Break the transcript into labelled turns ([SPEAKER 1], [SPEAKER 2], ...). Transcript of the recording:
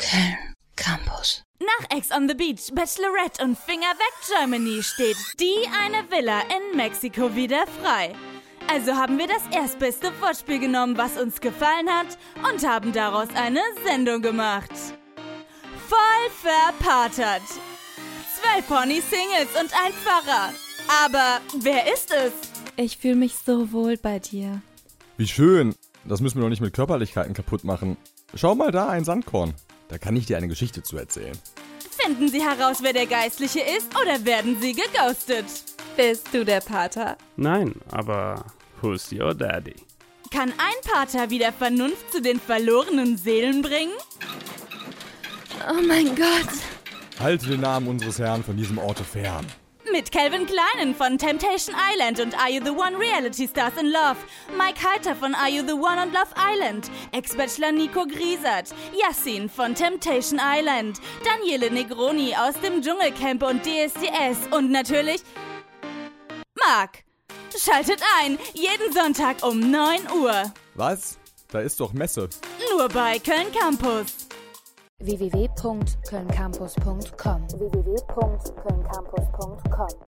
[SPEAKER 1] Köln, Campus.
[SPEAKER 2] Nach Ex on the Beach, Bachelorette und Finger weg Germany steht die eine Villa in Mexiko wieder frei. Also haben wir das erstbeste Wortspiel genommen, was uns gefallen hat und haben daraus eine Sendung gemacht. Voll verpatert. Zwölf Pony-Singles und ein Pfarrer. Aber wer ist es?
[SPEAKER 3] Ich fühle mich so wohl bei dir.
[SPEAKER 4] Wie schön. Das müssen wir doch nicht mit Körperlichkeiten kaputt machen. Schau mal da, ein Sandkorn. Da kann ich dir eine Geschichte zu erzählen.
[SPEAKER 2] Finden Sie heraus, wer der Geistliche ist oder werden Sie geghostet?
[SPEAKER 3] Bist du der Pater?
[SPEAKER 5] Nein, aber who's your daddy?
[SPEAKER 2] Kann ein Pater wieder Vernunft zu den verlorenen Seelen bringen?
[SPEAKER 3] Oh mein Gott.
[SPEAKER 4] Halte den Namen unseres Herrn von diesem Orte fern.
[SPEAKER 2] Mit Calvin Kleinen von Temptation Island und Are You the One Reality Stars in Love. Mike Heiter von Are You the One und Love Island. Ex-Bachelor Nico Griesert. Yassin von Temptation Island. Daniele Negroni aus dem Dschungelcamp und DSDS. Und natürlich Marc. Schaltet ein, jeden Sonntag um 9 Uhr.
[SPEAKER 4] Was? Da ist doch Messe.
[SPEAKER 2] Nur bei Köln Campus.
[SPEAKER 6] www.kölncampus.com www.kölncampus.com